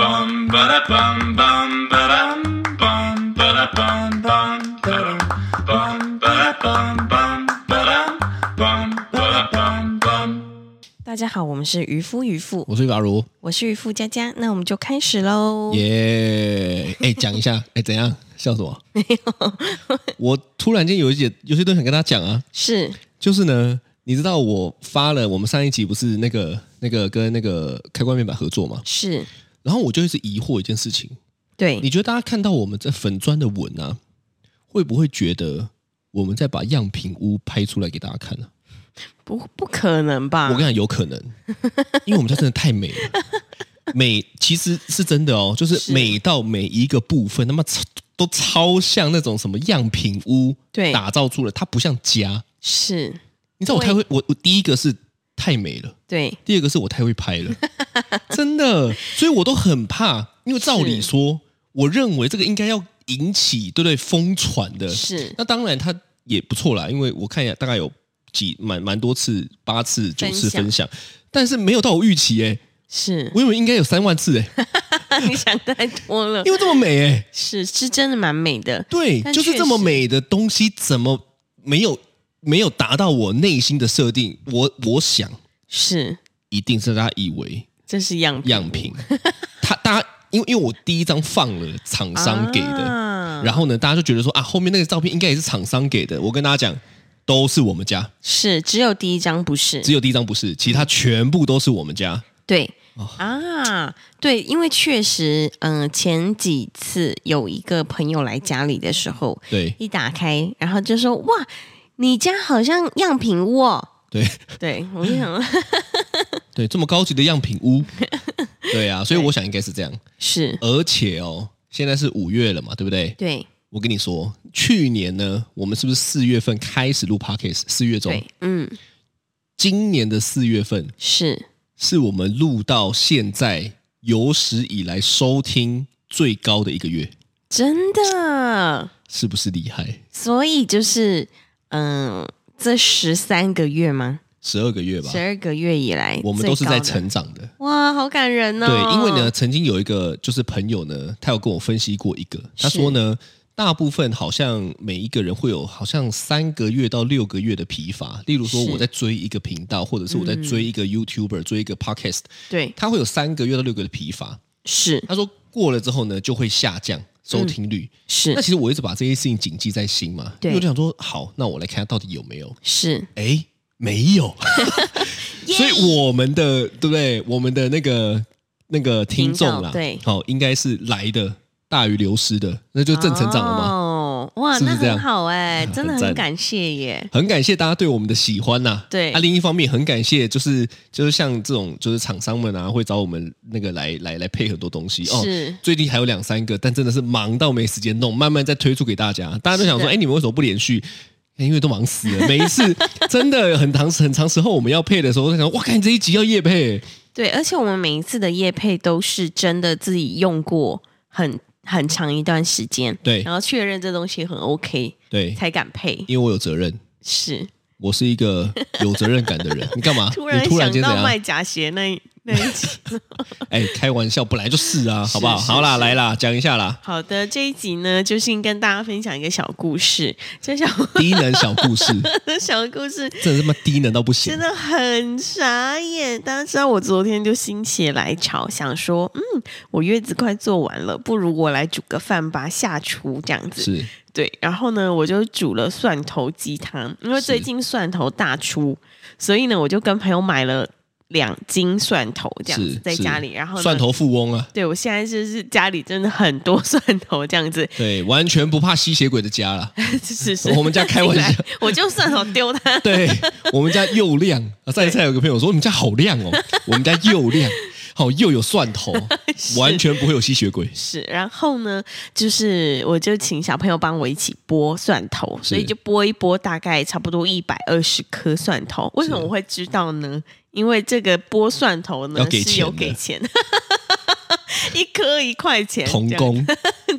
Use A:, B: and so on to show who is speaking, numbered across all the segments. A: bum ba da bum bum ba dum bum ba da bum bum ba dum bum ba da bum bum ba dum bum ba da bum bum.
B: 大家好，我们是渔夫渔妇，
C: 我是法如，
B: 我是渔夫佳佳，那我们就开始
C: 哦
B: 喽。
C: 耶！哎，讲一下，哎，怎样？笑什么？没有。我突然间有一些有些东西想跟他讲啊，
B: 是
C: 就是呢，你知道我发了我们上一集不是那个那个跟那个开关面板合作嘛？
B: 是，
C: 然后我就一直疑惑一件事情，你
B: 对，
C: 觉得大家看到我们这粉砖的文啊，会不会觉得我们在把样品屋拍出来给大家看呢、啊
B: 不不可能吧？
C: 我跟你讲，有可能，因为我们家真的太美了，美其实是真的哦，就是
B: 是
C: 美到每一个部分，那么超都超像那种什么样品屋
B: 对
C: 打造出了，它不像家。
B: 是，
C: 你知道我太会，我我第一个是太美了，
B: 对，
C: 第二个是我太会拍 了，真的，所以我都很怕，因为照理
B: 是
C: 说，我认为这个应该要引起对不对疯传的，
B: 是
C: 呃那当然它也不错啦，因为我看一下大概有几蛮蛮多次，八次九次分
B: 分
C: 享，但是没有到我预期哎、
B: 是，
C: 我以为应该有三万次哎、
B: 你想太多了
C: 因，为这么美哎、
B: 是是真的蛮美的，
C: 对，
B: 但
C: 就是
B: 确
C: 这么
B: 实
C: 美的东西怎么没有没有达到我内心的设定？我我想
B: 是，
C: 一定是大家以为
B: 这是样品
C: 样品，
B: 哦
C: 他大家因为因为我第一张放了厂商给的，
B: 啊
C: 然后呢，大家就觉得说啊，后面那个照片应该也是厂商给的。我跟大家讲，都是我们家，
B: 是只有第一张不是，
C: 只有第一张不是，其他全部都是我们
B: 嗯
C: 家。
B: 对、
C: 哦
B: 啊，对，因为确实，嗯、前几次有一个朋友来家里的时候，
C: 对
B: 一打开，然后就说：“哇，你家好像样品屋、哦。
C: 对
B: 对，我就想 说
C: 对，这么高级的样品 屋，对啊，所以我想应该是这样。
B: 是，
C: 而且哦，现在是五月了嘛，对不对？
B: 对
C: 我跟你说，去年呢，我们是不是四月份开始录 podcast？四月中
B: 对，，嗯，
C: 今年的四月份
B: 是
C: 是我们录到现在有史以来收听最高的一个月，
B: 真的。
C: 是不是厉害？
B: 所以就是，嗯、这十三个月吗？
C: 十二个月吧
B: 十，二个月以来，
C: 我们都是
B: 最高
C: 在
B: 的
C: 成长的。
B: 哇，好感人哦。
C: 对，因为呢，，曾经有一个就是朋友呢，他有跟我分析过一个，他
B: 是
C: 说呢，大部分好像每一个人会有好像三个月到六个月的疲乏。例如说，
B: 是嗯
C: 我在追一个频道，或者是我在追一个 YouTuber，、追一个 Podcast，
B: 对，
C: 他会有三个月到六个月的疲乏。
B: 是
C: 他说过了之后呢，就会下降
B: 嗯
C: 收听率。那
B: 是
C: 其实我一直把这些事情谨记在心嘛，因
B: 对
C: 为我就想说，好，那我来看下到底有没有。
B: 是，
C: 哎，没 有，所以我们的对不对？我们的那个那个听众
B: 听众
C: 啦，
B: 对
C: 好、应该是来的大于流失的，那就正成长了嘛。
B: 哦，哇，
C: 是不是
B: 那
C: 这样
B: 很好哎、
C: 很
B: 真的很
C: 赞
B: 感谢耶。
C: 很感谢大家对我们的喜欢呐、
B: 对
C: 啊，另一方面很感谢，就是就是像这种就是厂商们啊，会找我们那个来来来配很多东西哦。
B: 是
C: 最近还有两三个，但真的是忙到没时间弄，慢慢再推出给大家。大家都想
B: 是
C: 说，
B: 的
C: 哎，你们为什么不连续？哎因为都忙死了，每一次真的很长很长时候，我们要配的时候，我在想，哇，看这一集要夜配，
B: 对，而且我们每一次的夜配都是真的自己用过很很长一段时间，
C: 对
B: 然后确认这东西很 OK
C: 对，
B: 才敢配。
C: 因为我有责任，
B: 是，
C: 我是一个有责任感的人。你干嘛？
B: 突然
C: 你突然
B: 想
C: 间怎
B: 到卖
C: 样？
B: 假鞋那一那一集。
C: 哎，开玩笑，本来就是啊，好不好？
B: 是
C: 好啦，
B: 是，
C: 来啦，讲一下啦
B: 好的，这一集呢，就先跟大家分享一个小故事。这小
C: 低能小 故事，
B: 小故事
C: 真的他妈低能到不行
B: 真。的很傻眼。大家知道我昨天就心血来潮，想说，嗯，我月子快做完了，不如我来煮个饭吧，下厨这样子。
C: 是
B: 对，然后呢，我就煮了蒜头鸡汤，因为
C: 是
B: 最近蒜头大出，所以呢，我就跟朋友买了两斤蒜头这样
C: 是
B: 子在
C: 是
B: 家里，然后呢
C: 蒜。头富翁啊，
B: 对，我现在就是家里真的很多蒜头这样子，
C: 对，完全不怕吸血鬼的家啦。
B: 是是，
C: 我们家开玩笑，
B: 我就蒜头丢他，
C: 对我们家又亮，啊上一次还有个朋友说我们家好 亮哦，我们家又亮，好又有蒜头，完全不会有吸血 鬼。
B: 是，然后呢，就是我就请小朋友帮我一起剥蒜头，所以就剥一剥，大概差不多一百二十颗蒜头。为什么我会知道呢？因为这个剥蒜头呢
C: 要给
B: 是有
C: 钱的
B: 给钱，一颗一块钱，
C: 童
B: 这样
C: 工，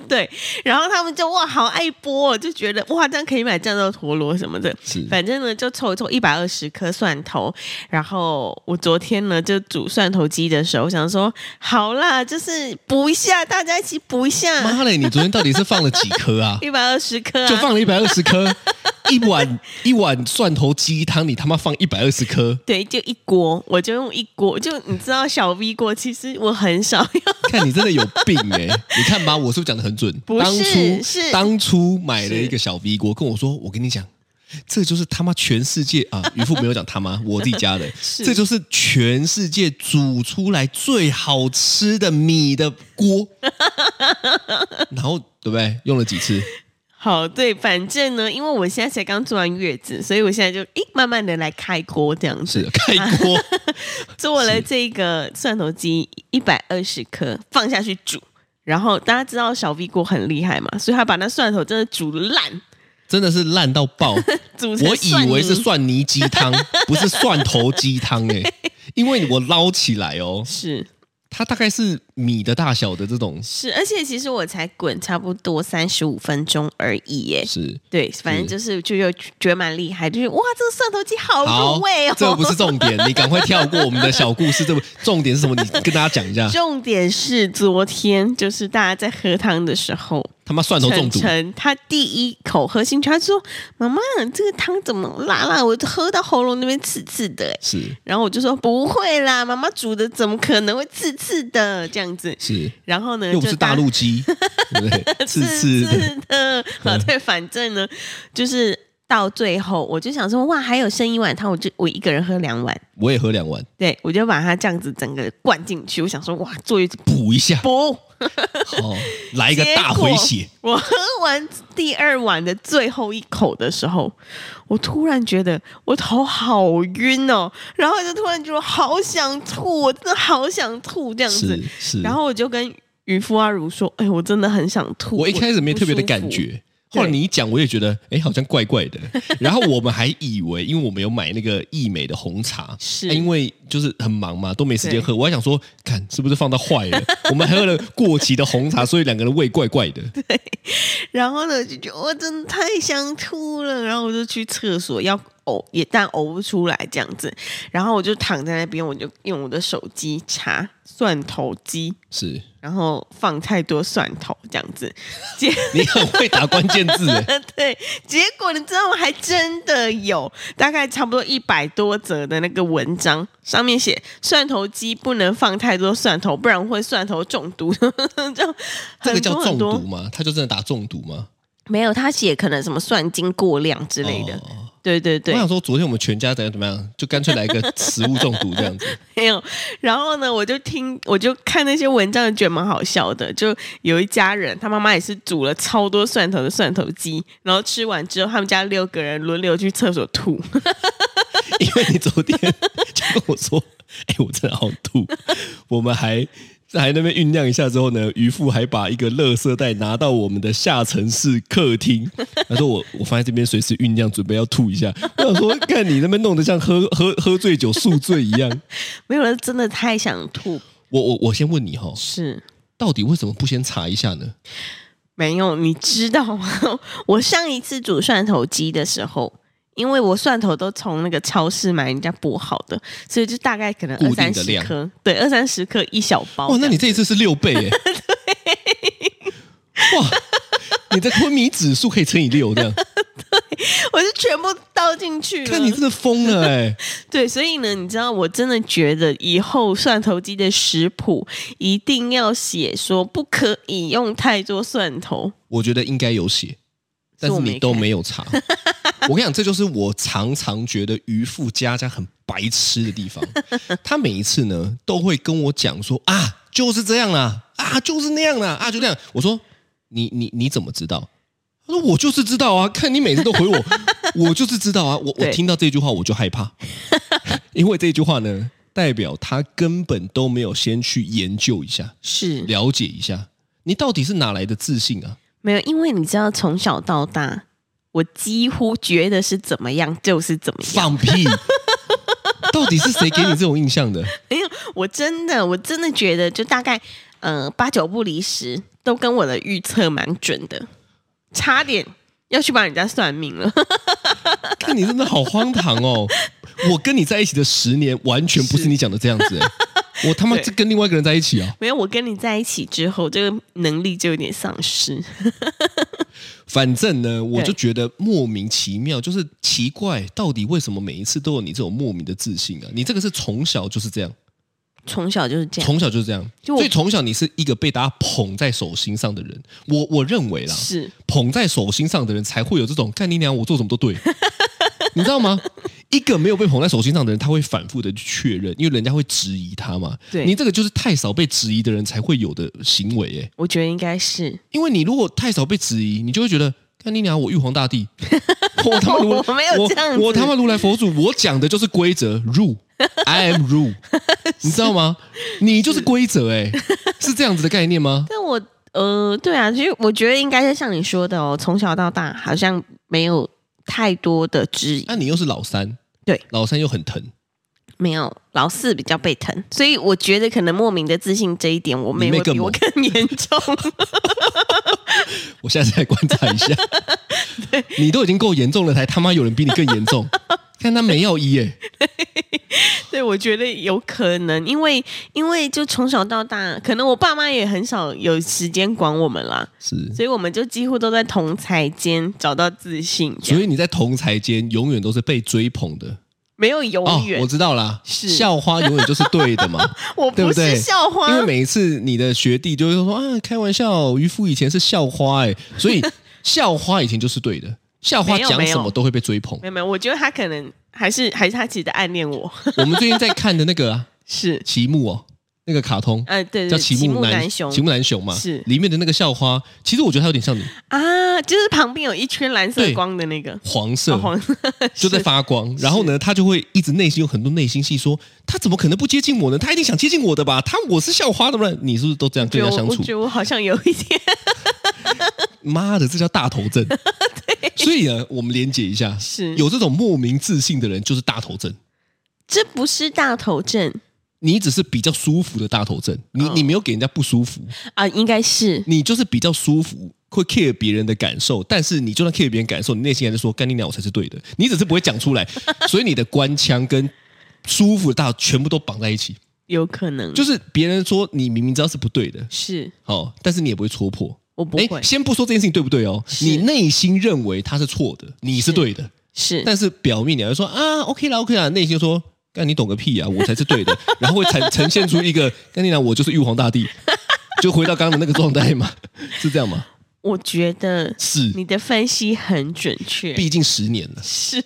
B: 对，然后他们就哇，好爱剥、哦，就觉得哇，这样可以买战斗陀螺什么的。
C: 是
B: 反正呢，就凑一凑一百二十颗蒜头。然后我昨天呢，就煮蒜头鸡的时候，想说好啦，就是补一下，大家一起补一下，
C: 妈嘞，你昨天到底是放了几 颗啊？
B: 一百二十颗、啊，
C: 就放了一百二十颗，一碗一碗蒜头鸡汤，你他妈放一百二十颗，
B: 对，就一锅，我就用一锅，就你知道小 V 锅，其实我很少要，
C: 看你真的有病 哎、你看吧，我是不是讲的很准？
B: 不是
C: 当初
B: 是
C: 当初买了一个小 V 锅，跟我说，我跟你讲。这就是他妈全世界 啊！渔夫没有讲他妈，我自己家的，
B: 是
C: 这就是全世界煮出来最好吃的米的 锅。然后对不对？用了几次？
B: 好，对，反正呢，因为我现在才刚做完月子，所以我现在就诶慢慢的来开锅这样
C: 是
B: 子，
C: 开 锅，
B: 做了这个蒜头鸡一百二十颗放下去煮，然后大家知道小 V 锅很厉害嘛，所以他把那蒜头真的煮烂，
C: 真的是烂到爆。
B: 煮成
C: 我
B: 蒜
C: 以为是
B: 泥
C: 蒜泥鸡汤，不是蒜头鸡汤哎、 因为我捞起来哦，
B: 是
C: 它大概是米的大小的这种，
B: 是，而且其实我才滚差不多三十五分钟而已耶，
C: 是
B: 对，反正就是就就觉得蛮厉害，就是哇，这个蒜头鸡好
C: 好
B: 入味哦。
C: 这不是重点，你赶快跳过我们的小故事，这不重点是什么？你跟大家讲一 下，
B: 重点是昨天就是大家在喝汤的时候，
C: 他妈蒜头中
B: 晨
C: 毒，
B: 晨他第一口喝进去，他说：“妈妈，这个汤怎么辣辣？我喝到喉咙那边刺刺的。”欸。
C: 是
B: 然后我就说：“不会啦，妈妈煮的怎么可能会刺刺的？”这样子。
C: 是，
B: 然后呢，
C: 又不
B: 嗯
C: 是
B: 就大
C: 大陆鸡，对不 对？刺刺 的，
B: 的。好，对，反正呢，就是到最后，我就想说，哇，还有剩一碗汤，我就我一个人喝两碗，
C: 我也喝两碗，
B: 对我就把它这样子整个灌进去。我想说，哇，坐月子
C: 补一下，
B: 补。
C: 哦，来一个大回血，
B: 我喝完第二碗的最后一口的时候，我突然觉得我头好晕哦，然后就突然觉得我好想吐，我真的好想吐 这样子
C: 是。是。
B: 然后我就跟渔夫阿如说：“哎，我真的很想吐。”
C: 我一开始没特别的感
B: 不舒
C: 觉，后来你一讲，我也觉得，哎，好像怪怪 的。然后我们还以为，因为我们有买那个益美的红茶，
B: 是
C: 啊因为就是很忙嘛，都没时间喝。我还想说，看是不是放到坏 了，我们喝了过期的红茶，所以两个人胃怪怪的。
B: 服。然后呢，就觉得我真的太想吐了，然后我就去厕所要。呕也但呕不出来这样子，然后我就躺在那边，我就用我的手机查蒜头鸡，
C: 是
B: 然后放太多蒜头这样子， 结
C: 你很会打关键字，哎 诶
B: 对，结果你知道吗？还真的有，大概差不多一百多则的那个文章，上面写蒜头鸡不能放太多蒜头，不然会蒜头中毒， 就
C: 这
B: 很
C: 个叫
B: 多
C: 中
B: 很
C: 毒
B: 多。
C: 吗？他就真的打中毒吗？
B: 没有，他写可能什么蒜精过量之
C: 之
B: 类的。对对
C: 哦我
B: 对，
C: 想说，昨天我们全家怎样怎么样，就干脆来一个食物中毒这样子。
B: 没有。然后呢，我就听，我就看那些文章，觉得蛮好笑的。就有一家人，他妈妈也是煮了超多蒜头的蒜头鸡，然后吃完之后，他们家六个人轮流去厕所吐。
C: 因为你昨天 就跟我说，哎、我真的好吐，我们还。还那边酝酿一下之后呢，渔夫还把一个垃圾袋拿到我们的下沉式客厅。他说我我放在这边随时酝酿，准备要吐一下。我想说，看你那边弄得像喝喝喝醉酒宿醉一样。
B: 没有人真的太想吐，
C: 我我我先问你哈、
B: 是
C: 到底为什么不先查一下呢？
B: 没有，你知道吗？ 我上一次煮蒜头鸡的时候，因为我蒜头都从那个超市买人家剥好的，所以就大概可能
C: 固
B: 二
C: 定
B: 三
C: 的
B: 十
C: 量
B: 颗，对，二三十颗一小包这
C: 哇，
B: 样。
C: 那你这一次是六倍哎、哇，你的昏迷指数可以乘以六这样，
B: 我就全部倒进去
C: 看你
B: 了
C: 真。的疯了哎、
B: 对，所以呢，你知道，我真的觉得以后蒜头鸡的食谱一定要写说不可以用太多蒜头。
C: 我觉得应该有写，但是你都没有 查。我跟你讲，这就是我常常觉得渔夫家家很白痴的地 方。他每一次呢，都会跟我讲说啊，就是这样啦，啊，就是那样啦，啊，就那样。我说你你你怎么知道？他说我就是知道啊，看你每次都回 我，我就是知道啊。我我
B: 对
C: 听到这句话我就害 怕，因为这句话呢，代表他根本都没有先去研究一下、
B: 是
C: 了解一下，你到底是哪来的自信啊？
B: 没有，因为你知道，从小到大，我几乎觉得是怎么样就是怎么样。
C: 放屁！ 到底是谁给你这种印象的？
B: 没有，我真的，我真的觉得，就大概呃八九不离十，都跟我的预测蛮准的，差点要去帮人家算命了。
C: 看你真的好荒唐哦！我跟你在一起的十年，完全不是你讲的这样子、 欸。我他妈
B: 对
C: 跟另外一个人在一起啊！
B: 没有，我跟你在一起之后，这个能力就有点丧失。
C: 反正呢，我
B: 对
C: 就觉得莫名其妙，就是奇怪，到底为什么每一次都有你这种莫名的自信啊？你这个是从小就是这样，
B: 从小就是这样，
C: 从小就是这样，
B: 就我
C: 所以从小你是一个被大家捧在手心上的人。我我认为啦，
B: 是
C: 捧在手心上的人才会有这种干你娘，我做什么都对， 你知道吗？一个没有被捧在手心上的人，他会反复的去确认，因为人家会质疑他嘛。
B: 对
C: 你这个就是太少被质疑的人才会有的行为，哎，
B: 我觉得应该是
C: 因为你如果太少被质疑，你就会觉得干你娘，我玉皇 大帝，我他妈如
B: 我没有这样子
C: 我，我他妈如来佛祖，我讲的就是规则 rule，I am rule，你知道吗？你就是规则，哎，是这样子的概念吗？
B: 但我呃，对啊，其实我觉得应该是像你说的哦，从小到大好像没有太多的质疑，
C: 那、你又是老三，
B: 对，
C: 老三又很疼。
B: 没有老四比较被疼，所以我觉得可能莫名的自信这一点，我妹
C: 你妹
B: 会
C: 更
B: 比我
C: 猛
B: 更 严重。
C: 我现在再观察 一下，你都已经够严重了，才他妈有人比你更严重。看他没有一耶，
B: 对，我觉得有可能，因为因为就从小到大，可能我爸妈也很少有时间管我们啦，
C: 是，
B: 所以我们就几乎都在同才间找到自信，这
C: 所
B: 样
C: 以你在同才间永远都是被追捧的
B: 没有
C: 哦
B: 永。远。
C: 我知道啦，
B: 是
C: 校花永远就是对的嘛，
B: 我
C: 对
B: 不
C: 不对？
B: 是校 花，
C: 因为每一次你的学弟就会说啊，开玩笑，渔夫以前是校花哎，所以校花以前就是对的，校花
B: 没有
C: 讲
B: 没
C: 什
B: 有
C: 么都会被追捧
B: 没。有没有，我觉得他可能还是还是他其实在暗恋我，
C: 我们最近在看的那个啊，
B: 是，
C: 齐木哦，那个卡通。
B: 呃，对对，
C: 叫
B: 对
C: 齐
B: 齐
C: 木
B: 木
C: 楠
B: 楠雄
C: 齐木楠雄嘛，
B: 是
C: 里面的那个校花，其实我觉得她有点像你，
B: 啊，就是旁边有一圈蓝色
C: 对
B: 光的那个。
C: 黄色，
B: 哦黄色
C: 就在发光。然后呢，他就会一直内心有很多内心戏，说他怎么可能不接近我呢？他一定想接近我的吧？他我是校花的，不然你是不是都这样
B: 觉
C: 跟
B: 得
C: 人家
B: 我
C: 相
B: 我
C: 处
B: 觉？得我好像有一点
C: 妈的，这叫大头症。所以呢，我们连结一下，
B: 是
C: 有这种莫名自信的人就是大头症。
B: 这不是大头症
C: 你只是比较舒服的大头症，你
B: 哦
C: 你没有给人家不舒服，
B: 啊，应该是
C: 你就是比较舒服，会 care 别人的感受，但是你就算 care 别人感受，你内心还是说干你娘我才是对的，你只是不会 讲出来，所以你的官腔跟舒服的大头全部都绑在一起，
B: 有可能，
C: 就是别人说你明明知道是不对的，
B: 是
C: 哦，但是你也不会戳破。
B: 我不
C: 诶
B: 会，
C: 先不说这件事情对不对哦，
B: 是
C: 你内心认为他是错的，你是对的，
B: 是
C: 但是表面你还会说啊，OK 啦，OK 啦，内心就说。干你懂个屁啊！我才是对的，然后会呈呈现出一个干你娘，我就是玉皇大帝， 就回到刚刚的那个状态嘛，是这样吗？
B: 我觉得
C: 是，
B: 你的分析很准确，
C: 毕竟十年了
B: 是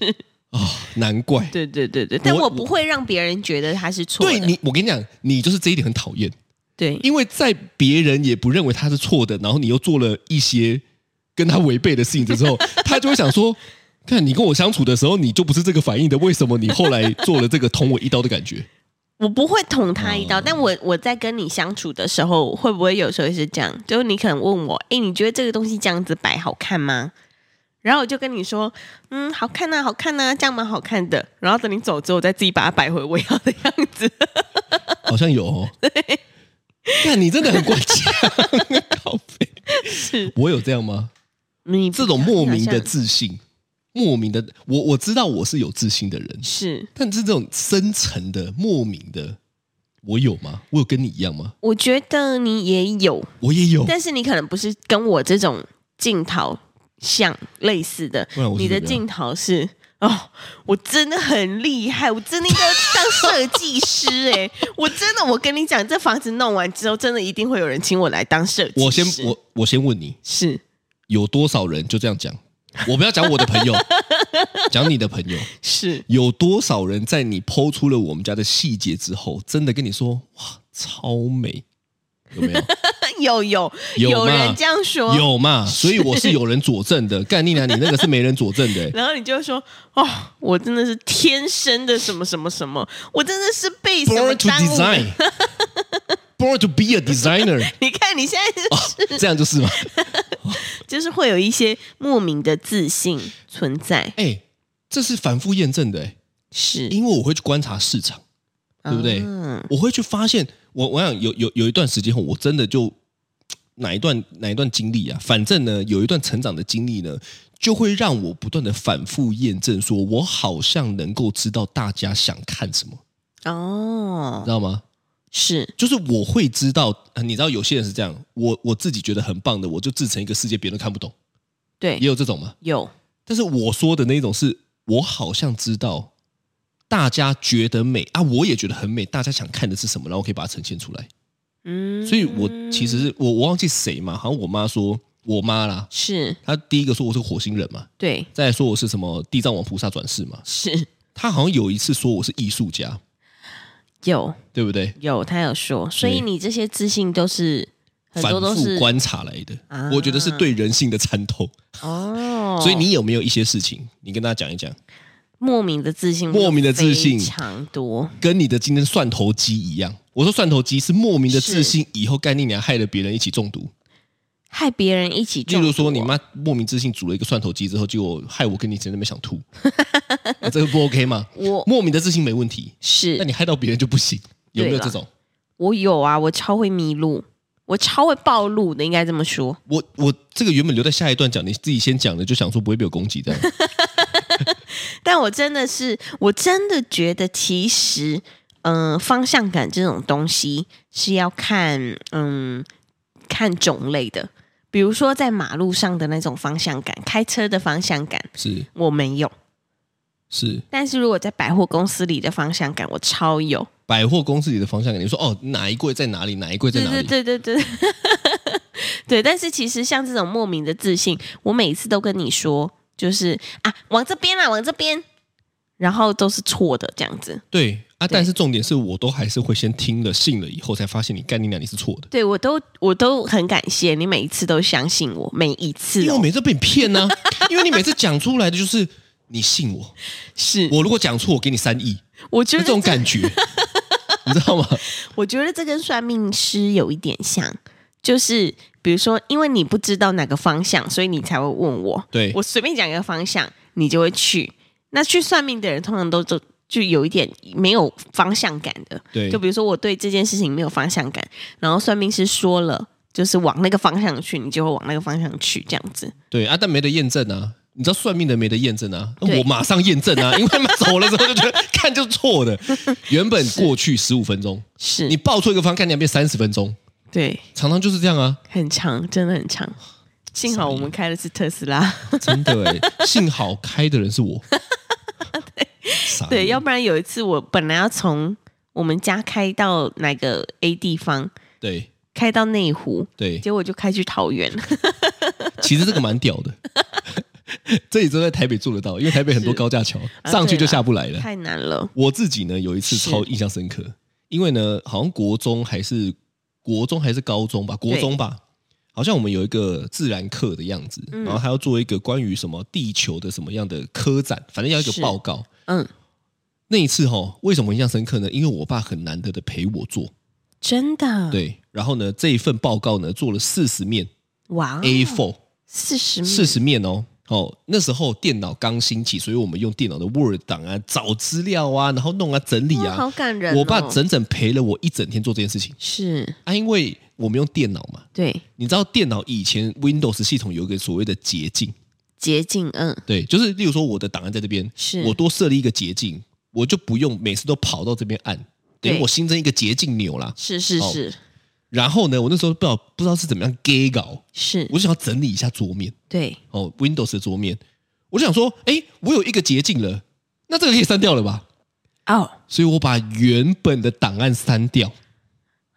C: 啊、难怪。
B: 对对对对，但
C: 我
B: 我不会让别人觉得他是错
C: 对
B: 的，
C: 你，我跟你讲，你就是这一点很讨厌，
B: 对
C: 因为在别人也不认为他是错的，然后你又做了一些跟他违背的事情之 后，他就会想说：看你跟我相处的时候，你就不是这个反应的，为什么你后来做了这个捅我一刀的感觉？
B: 我不会捅他一刀，
C: 哦
B: 但我我在跟你相处的时候，会不会有时候也是这样？就是你可能问我，哎，你觉得这个东西这样子摆好看吗？然后我就跟你说，嗯，好看呐、好看呐、这样蛮好看的。然后等你走之后，我再自己把它摆回我要的样 子。
C: 好像有哦。看你真的很关腔， 靠背。
B: 是
C: 我有这样吗？
B: 你
C: 这种莫名
B: 你好
C: 的
B: 像
C: 自信，莫名的，我我知道我是有自信的人，
B: 是，
C: 但是这种深层的、莫名的，我有吗？我有跟你一样吗？
B: 我觉得你也有，
C: 我 也有。
B: 但是你可能不是跟我这种镜头像类似的
C: 不然我，是
B: 你的
C: 怎么样
B: 镜头是哦，我真的很厉害，我真的应该当设计师哎、 我真的，我跟你讲，这房子弄完之后，真的一定会有人请我来当设计师。
C: 我先我我先问你，
B: 是
C: 有多少人就这样讲？ 我不要讲我的朋 友，讲你的朋友，
B: 是
C: 有多少人在你剖出了我们家的细节之后，真的跟你说哇，超美，有没有？
B: 有有
C: 有嘛
B: 人这样说，
C: 有嘛？所以我是有人佐证的。干你娘，你那个是没人佐证 的、欸。
B: 然后你就说哦，我真的是天生的什么什么什么，我真的是被什么
C: Born to
B: 耽误的
C: design, born to be a designer，
B: 你看你现在 是、
C: 这样就是嘛？
B: 就是会有一些莫名的自信存在，
C: 哎、这是反复验证的、欸，
B: 是
C: 因为我会去观察市场，对不对？
B: 嗯，
C: 我会去发现我我想有有有一段时间后，我真的就哪一段哪一段经历啊，反正呢有一段成长的经历呢，就会让我不断的反复验证，说我好像能够知道大家想看什么，
B: 哦
C: 知，道吗？
B: 是
C: 就是我会知道，呃你知道有些人是这样，我我自己觉得很棒的，我就制成一个世界，别人看不懂，
B: 对
C: 也有这种吗？
B: 有
C: 但是我说的那种是，我好像知道大家觉得美啊，我也觉得很美，大家想看的是什么，然后我可以把它呈现出来。
B: 嗯，
C: 所以我其实是我我忘记谁嘛，好像我妈说我妈啦，
B: 是
C: 她第一个说我是火星人嘛，
B: 对
C: 再来说我是什么地藏王菩萨转世嘛，
B: 是
C: 她好像有一次说我是艺术家，
B: 有
C: 对不对？
B: 有，他有说，所以
C: 对
B: 你这些自信都是很
C: 反
B: 多都
C: 复
B: 是
C: 观察来的，
B: 啊
C: 我觉得是对人性的参透。
B: 哦，
C: 所以你有没有一些事情，你跟大家讲一讲，
B: 莫名的自信，
C: 莫名的自信
B: 非常多，
C: 跟你的今天蒜头鸡一样？我说蒜头鸡是莫名的自信，以后概念娘害了别人一起中毒。
B: 害别人一起
C: 例
B: 中毒哦。
C: 如说，你妈莫名自信煮了一个蒜头鸡之后，结果害我跟你在那边想吐， 啊这个不 OK 吗？
B: 我
C: 莫名的自信没问题，但
B: 是
C: 你害到别人就不行，有没有
B: 对啦
C: 这种？
B: 我有啊，我超会迷路，我超会暴露的，应该这么说。
C: 我我这个原本留在下一段讲，你自己先讲的，就想说不会被我攻 击这样。
B: 但我真的是，我真的觉得其实，嗯、方向感这种东西是要看，嗯，看种类的。比如说在马路上的那种方向感，开车的方向感
C: 是
B: 我没有，
C: 是，
B: 但是如果在百货公司里的方向感，我超有。
C: 百货公司里的方向感，你说哦，哪一柜在哪里，哪一柜在哪里？
B: 对对对对对，对。 但是其实像这种莫名的自信，我每次都跟你说，就是啊，往这边啦，往这边，然后都是错的这样子。
C: 对啊，但是重点是我都还是会先听了信了以后，才发现你概念量你是错的，
B: 对我都我都很感谢你每一次都相信我，每一次
C: 因为我
B: 哦，
C: 每次被你 骗呢、因为你每次讲出来的就是你信我，
B: 是我
C: 我如果讲错，我给你三亿，
B: 觉
C: 就
B: 得
C: 这种
B: 这
C: 感觉，你知道吗？
B: 我觉得这跟算命师有一点像，就是比如说，因为你不知道哪个方向，所以你才会问我。
C: 对
B: 我随便讲一个方向，你就会去。那去算命的人通常都就就有一点没有方向感的，
C: 对
B: 就比如说我对这件事情没有方向感，然后算命师说了，就是往那个方向去，你就会往那个方向去，这样子。
C: 对啊，但没得验证啊。你知道算命的没得验证啊，
B: 对
C: 我马上验证啊，因为他们走了之后就觉得 看就是错的。原本过去十五分钟，
B: 是
C: 你报错一个方向，你要变三十分钟，
B: 对，
C: 常常就是这 样啊。
B: 很长，真的很长。幸好我们开的是特斯拉，
C: 真的哎，幸好开的人是我。傻
B: 欸 对，
C: 眼
B: 要不然有一次我本来要从我们家开到哪个 A 地方，
C: 对
B: 开到内湖，
C: 对，
B: 结果就开去桃园。
C: 其实这个蛮屌的， 这里都在台北做得到，因为台北很多高架桥，
B: 啊
C: 上去就下不来了。
B: 太难了。
C: 我自己呢有一次
B: 是
C: 超印象深刻，因为呢好像国中还是国中还是高中吧，国中吧，好像我们有一个自然课的样子，
B: 嗯
C: 然后他要做一个关于什么地球的什么样的科展，反正要一个
B: 是
C: 报告。
B: 嗯，
C: 那一次哈、为什么印象深刻呢？因为我爸很难得的陪我做，
B: 真的，，
C: 对，然后呢，这一份报告呢做了四十面
B: 哇哦
C: A4，
B: 四啊十米，
C: 四十面哦。哦，那时候电脑刚兴起，所以我们用电脑的 Word 档啊，找资料啊，然后弄啊，整理
B: 哇
C: 啊。
B: 好感人哦。
C: 我爸整整陪了我一整天做这件事情
B: 是
C: 啊，因为我们用电脑嘛，
B: 对
C: 你知道电脑以前 Windows 系统有一个所谓的捷径，
B: 捷径，嗯，
C: 对，就是例如说我的档案在这边，
B: 是
C: 我多设立一个捷径，我就不用每次都跑到这边按，等于
B: 对
C: 我新增一个捷径钮啦。
B: 是是
C: 哦
B: 是
C: 然后呢，我那时候不知道不知道是怎么样 gay 搞，
B: 是，
C: 我就想要整理一下桌面
B: 对，
C: 哦，Windows 的桌面，我就想说，哎，我有一个捷径了，那这个可以删掉了吧？
B: 哦
C: 所以我把原本的档案删掉，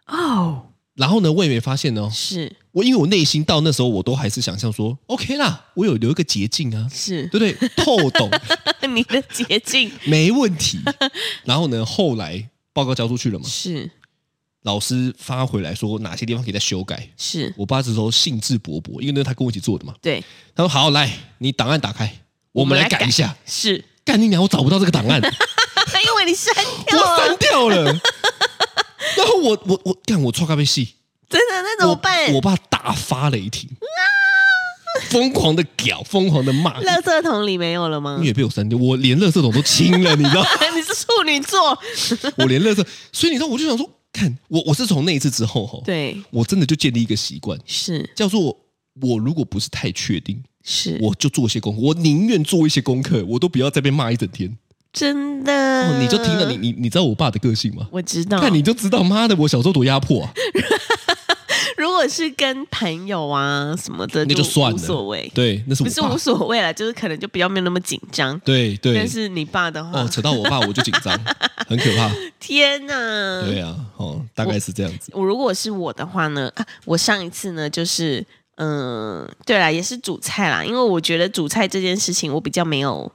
B: 哦，
C: 然后呢，我也没发现哦，
B: 是
C: 我因为我内心到那时候我都还是想象说，OK 啦，我有留一个捷径啊，
B: 是
C: 对不对？透懂
B: 你的捷径
C: 没问题。然后呢，后来报告交出去了嘛，
B: 是
C: 老师发回来说哪些地方可以再修改。
B: 是，
C: 我爸这时候兴致勃勃，因为那是他跟我一起做的嘛，
B: 对，
C: 他说好，来，你档案打开，我们来改一下。
B: 是。
C: 干你娘！我找不到这个档案，我
B: 因为你删掉了，
C: 删掉了。然后我我我干我错咖啡戏，
B: 真的那怎么
C: 我
B: 办？啊
C: 我爸大发雷霆，疯狂的屌，疯狂的骂，
B: 垃圾桶里没有了吗
C: 你？也被我删掉，我连垃圾桶都清了，你知道，
B: 你是处女座，
C: 我连垃圾，所以你知道，我就想说，看我，我是从那一次之后哈，
B: 对，
C: 我真的就建立一个习惯，
B: 是
C: 叫做我如果不是太确定，
B: 是，
C: 我就做一些功课，我宁愿做一些功课，我都不要再被骂一整天。
B: 真的、
C: 哦，你就听了你，你你知道我爸的个性吗？
B: 我知道。
C: 看你就知道，妈的，我小时候多压迫 啊！
B: 如果是跟朋友啊什么的，
C: 那就算了
B: 无所谓，
C: 对，那是
B: 不
C: 我
B: 是
C: 爸
B: 无。所谓了，就是可能就比较没有那么紧张。
C: 对对
B: 但，是你爸的话，
C: 哦，扯到我爸我就紧张，很可怕。
B: 天哪！
C: 对啊，哦，大概是这样子。
B: 嗯我如果是我的话呢，啊，我上一次呢就是，嗯，对啦，也是煮菜啦，因为我觉得煮菜这件事情我比较没有，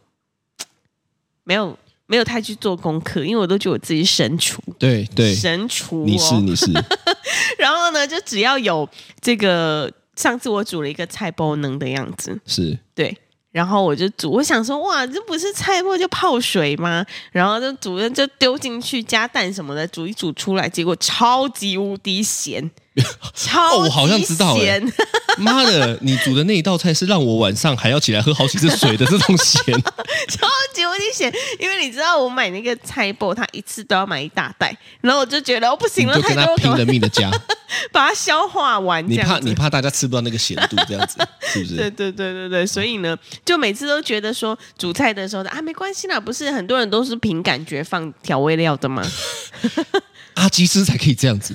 B: 没有没有太去做功课，因为我都觉得我自己是神厨，
C: 对对，
B: 神厨、哦，
C: 你是你是，
B: 然后呢，就只要有这个，上次我煮了一个菜包能的样子，
C: 是
B: 对。然后我就煮，我想说，哇，这不是菜包就泡水吗？然后就煮，就丢进去加蛋什么的，煮一煮出来，结果超级无敌 咸，超级
C: 哦我好像知道欸
B: 咸
C: 妈的，你煮的那一道菜是让我晚上还要起来喝好几次水的这种 咸。
B: 超级无敌咸。因为你知道，我买那个菜包，它一次都要买一大袋，然后我就觉得哦，不行
C: 你
B: 了，
C: 就
B: 太多
C: 跟他
B: 了，
C: 拼
B: 赶
C: 了
B: 快
C: 命 的加，
B: 把它消化完。
C: 你
B: 这样
C: 怕
B: 子
C: 你怕大家吃不到那个咸度，这样 子是
B: 对
C: 不是？
B: 对对对对，所以呢，就每次都觉得说煮菜的时候啊，没关系啦，不是很多人都是凭感觉放调味料的吗？
C: 阿基师才可以 这样子，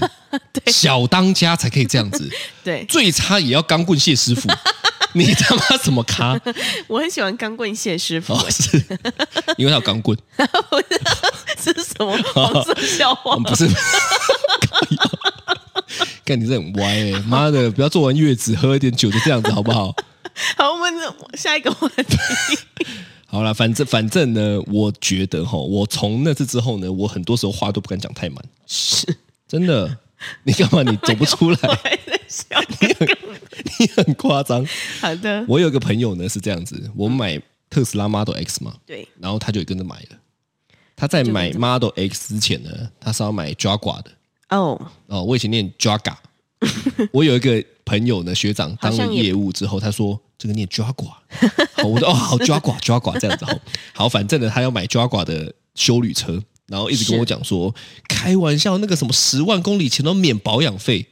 C: 小当家才可以这样子，
B: 对
C: 最差也要钢棍谢 师傅。你他妈什么咖？
B: 我很喜欢钢棍蟹师傅，
C: 哦，是因为他有 钢棍，
B: 这是什么黄色笑话
C: 嗯、？不是。 看你这很歪哎、妈的！不要做完月子喝一点酒就这样子好不好？
B: 好，我们下一个话题。
C: 好啦，反正反正呢，我觉得哈，我从那次之后呢，我很多时候话都不敢讲太满，
B: 是，
C: 真的。你干嘛？你走不出来，
B: 我 还在笑。
C: 你很夸张。
B: 好 的，
C: 我有一个朋友呢是这样子，我买特斯拉 Model X 嘛，
B: 对，
C: 然后他就也跟着买了。他在买 Model X 之前呢，他是要买 Jaguar 的
B: 哦，
C: 哦。我以前念 Jaguar，我有一个朋友呢，学长当
B: 好
C: 了
B: 像也
C: 业务之后，他说这个念 Jaguar，好，我说哦好 Jaguar Jaguar 这样子好，好，反正呢他要买 Jaguar 的修旅车，然后一直跟
B: 是
C: 我讲说，开玩笑，那个什么十万公里前都免保养费。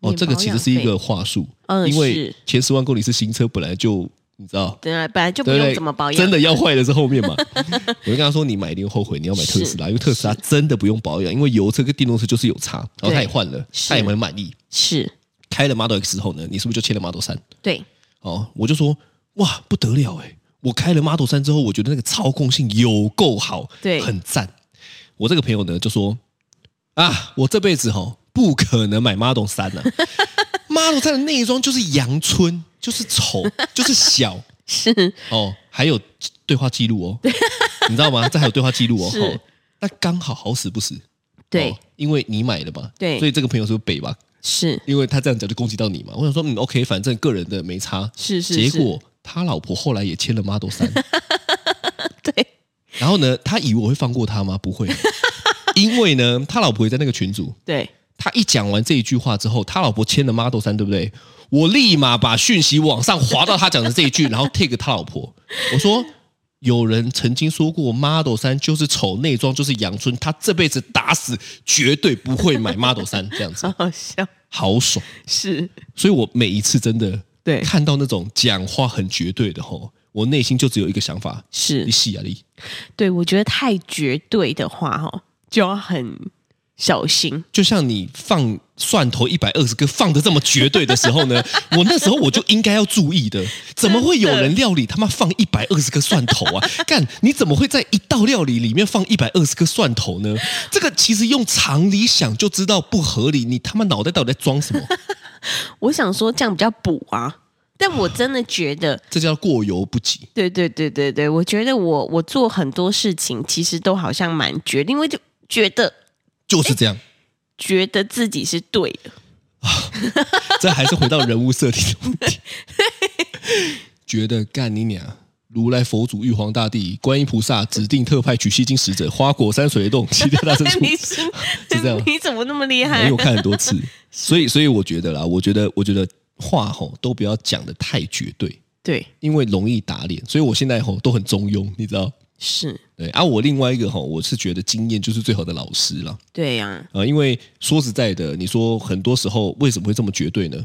C: 哦，
B: 免
C: 这个
B: 保
C: 其实
B: 养
C: 是一
B: 费
C: 个话术，
B: 嗯
C: 因为
B: 是
C: 前十万公里是新车，本来就你知道，
B: 对啊，本来就不
C: 对不
B: 用
C: 对？
B: 怎么保养，
C: 真的要坏的是后面 嘛。我就跟他说，你买一定后悔，你要买特斯拉，因为特斯拉真的不用保养，因为油车跟电动车就是有差。然后
B: 对
C: 他也换了，
B: 是
C: 他也蛮满意。
B: 是，
C: 开了 Model X 之后呢，你是不是就切了 Model 三？
B: 对，
C: 哦，我就说哇，不得了哎！我开了 Model 三之后，我觉得那个操控性有够好，
B: 对
C: 很赞。我这个朋友呢就说啊，我这辈子哈、不可能买 Model 三 了、Model 三的内装就是阳春，就是丑，就是小。
B: 是
C: 哦，还有对话记录哦， 你知道吗？这还有对话记录哦。
B: 是
C: 哦那刚好好死不死，
B: 对
C: 哦，因为你买了嘛，
B: 对
C: 所以这个朋友是不是北吧，
B: 是
C: 因为他这样讲就攻击到你嘛。我想说，嗯，OK，反正个人的没差。
B: 是是，
C: 结
B: 是
C: 果他老婆后来也签了 Model 三，
B: 对，
C: 然后呢，他以为我会放过他吗？不会，因为呢，他老婆也在那个群组。
B: 对，
C: 他一讲完这一句话之后，他老婆签了 Model 三，对不对？我立马把讯息往上滑到他讲的这一句，然后 take 他老婆，我说有人曾经说过 Model 三就是丑，内装就是阳春，他这辈子打死绝对不会买 Model 三，这 样子
B: 好好笑，
C: 好爽。
B: 是，
C: 所以我每一次真的
B: 对，
C: 看到那种讲话很绝对的吼，我内心就只有一个想法：
B: 是
C: 你，戏啊你！
B: 对，我觉得太绝对的话，哈，就要很小心。
C: 就像你放蒜头一百二十个放的这么绝对的时候呢，我那时候我就应该要注意的。怎么会有人料理他妈放一百二十个蒜头啊？干，你怎么会在一道料理里面放一百二十个蒜头呢？这个其实用常理想就知道不合理。你他妈脑袋到底在装什么？
B: 我想说这样比较补啊，但我真的觉得，
C: 这叫过犹不及。
B: 对对对对对，我觉得我我做很多事情其实都好像蛮绝的，因为就觉得
C: 就是这样，
B: 觉得自己是对 的，
C: 这还是回到人物设定的问题。觉得干你娘！如来佛祖、玉皇大帝、观音菩萨指定特派取西经使者，花果山水帘洞七大大圣出。
B: 你是
C: 是这 样
B: 你怎么那么厉
C: 因
B: 害
C: 为我？看很多次，所以所以我觉得啦，我觉得我觉得话吼都不要讲的太绝对，
B: 对，
C: 因为容易打脸。所以我现在吼都很中庸，你知道？
B: 是
C: 对啊，我另外一个哈，我是觉得经验就是最好的老师啦。
B: 对呀、
C: 啊，因为说实在的，你说很多时候为什么会这么绝对呢？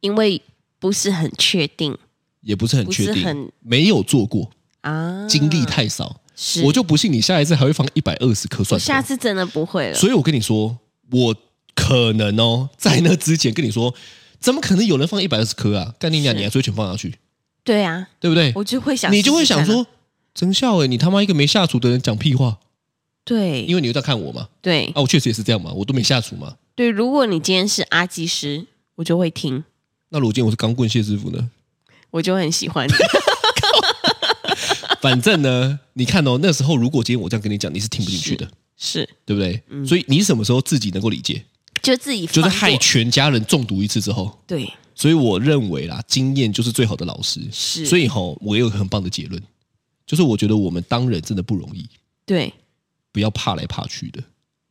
B: 因为不是很确定
C: 也不是很确
B: 不
C: 定，
B: 是很
C: 没有做过，
B: 啊，
C: 经历太少，
B: 是
C: 我就不信你下一次还会放一百二十颗
B: 我
C: 蒜头。
B: 下次真的不会了。
C: 所以我跟你说，我可能哦，在那之前跟你说，怎么可能有人放一百二十颗啊？干你娘，
B: 是
C: 你还追全放下去，
B: 对啊，
C: 对不对？
B: 我就会想试试看啊，
C: 你就会想说，真笑哎，你他妈一个没下厨的人讲屁话，
B: 对，
C: 因为你又在看我嘛。
B: 对
C: 啊，我确实也是这样嘛，我都没下厨嘛。
B: 对，如果你今天是阿基师，我就会听，
C: 那如果今天我是钢棍谢师傅呢？
B: 我就很喜 欢你。
C: 反正呢，你看哦，那时候如果今天我这样跟你讲，你是听不进去的，
B: 是，嗯
C: 对不对？所以你什么时候自己能够理解？
B: 就自己
C: 就是
B: 放
C: 害
B: 过
C: 全家人中毒一次之后。
B: 对，
C: 所以我认为啦，经验就是最好的老师。
B: 是，
C: 所
B: 以
C: 以吼，我有一个很棒的结论，就是我觉得我们当人真的不容易，
B: 对
C: 不要怕来怕去的。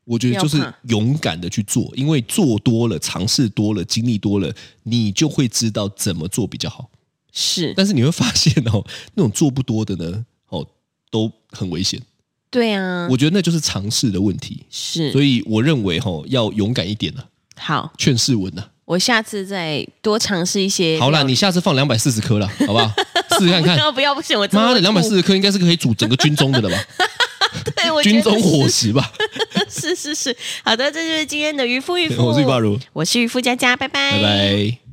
C: 我觉得就是
B: 不要怕
C: 勇敢的去做，因为做多了、尝试多了、经历多了，你就会知道怎么做比较好。
B: 是，
C: 但是你会发现哦， 那种做不多的呢，哦，都很危险。
B: 对啊，
C: 我觉得那就是尝试的问题。
B: 是，
C: 所以我认为吼、要勇敢一点呢、
B: 好，
C: 劝世文啊呢、
B: 我下次再多尝试一些。
C: 好啦，你下次放两百四十颗啦，好不 好？试试看看。
B: 不要不行，我真
C: 妈的，
B: 会
C: 两百
B: 吐
C: 四，十颗应该是可以煮整个军中的了吧？
B: 对， 我觉
C: 军
B: 得
C: 中
B: 是
C: 伙食吧。
B: 是是是，好的，这就是今天的渔夫渔夫，
C: 我是玉霸如，
B: 我是渔夫佳佳，拜拜，
C: 拜拜。